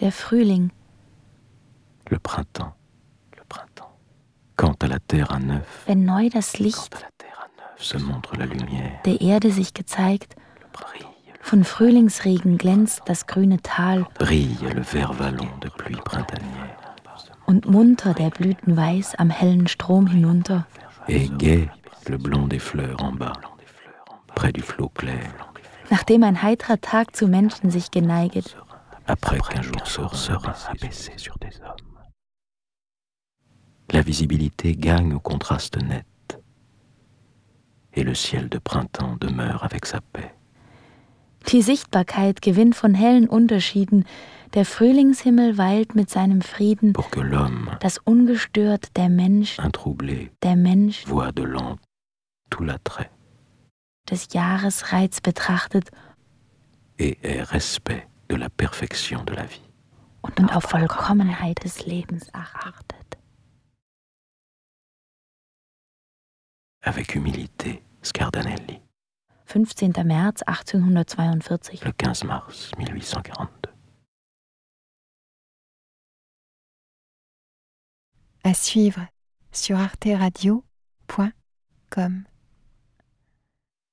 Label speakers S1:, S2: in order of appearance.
S1: Der Frühling.
S2: le printemps, le printemps. Quand à la terre à neuf,
S1: Wenn neu das
S2: quand
S1: Licht
S2: à la terre à neuf se montre la lumière,
S1: der Erde sich gezeigt,
S2: le brille,
S1: von Frühlingsregen glänzt das grüne Tal
S2: le- brille le vert vallon de pluie printanière,
S1: und munter der Blüten weiß am hellen Strom hinunter.
S2: et gai le blond des fleurs en bas, près du flot clair,
S1: Nachdem ein heiterer Tag zu Menschen sich geneiget,
S2: après qu'un jour sort serein abaissé sur des hommes. La visibilité gagne au contraste net, et le ciel de printemps demeure avec sa paix.
S1: die Sichtbarkeit gewinnt von hellen Unterschieden, der Frühlingshimmel weilt mit seinem Frieden,
S2: pour que l'homme,
S1: das ungestört der Mensch,
S2: introublé,
S1: der Mensch
S2: voit de l'an tout l'attrait
S1: des Jahres Reiz betrachtet
S2: et est respect de la perfection de la vie.
S1: und nun auf Vollkommenheit des Lebens achtet.
S2: Avec humilité, Scardanelli,
S1: 15. März 1842.
S2: le 15 mars 1842.
S3: À suivre sur arteradio.com.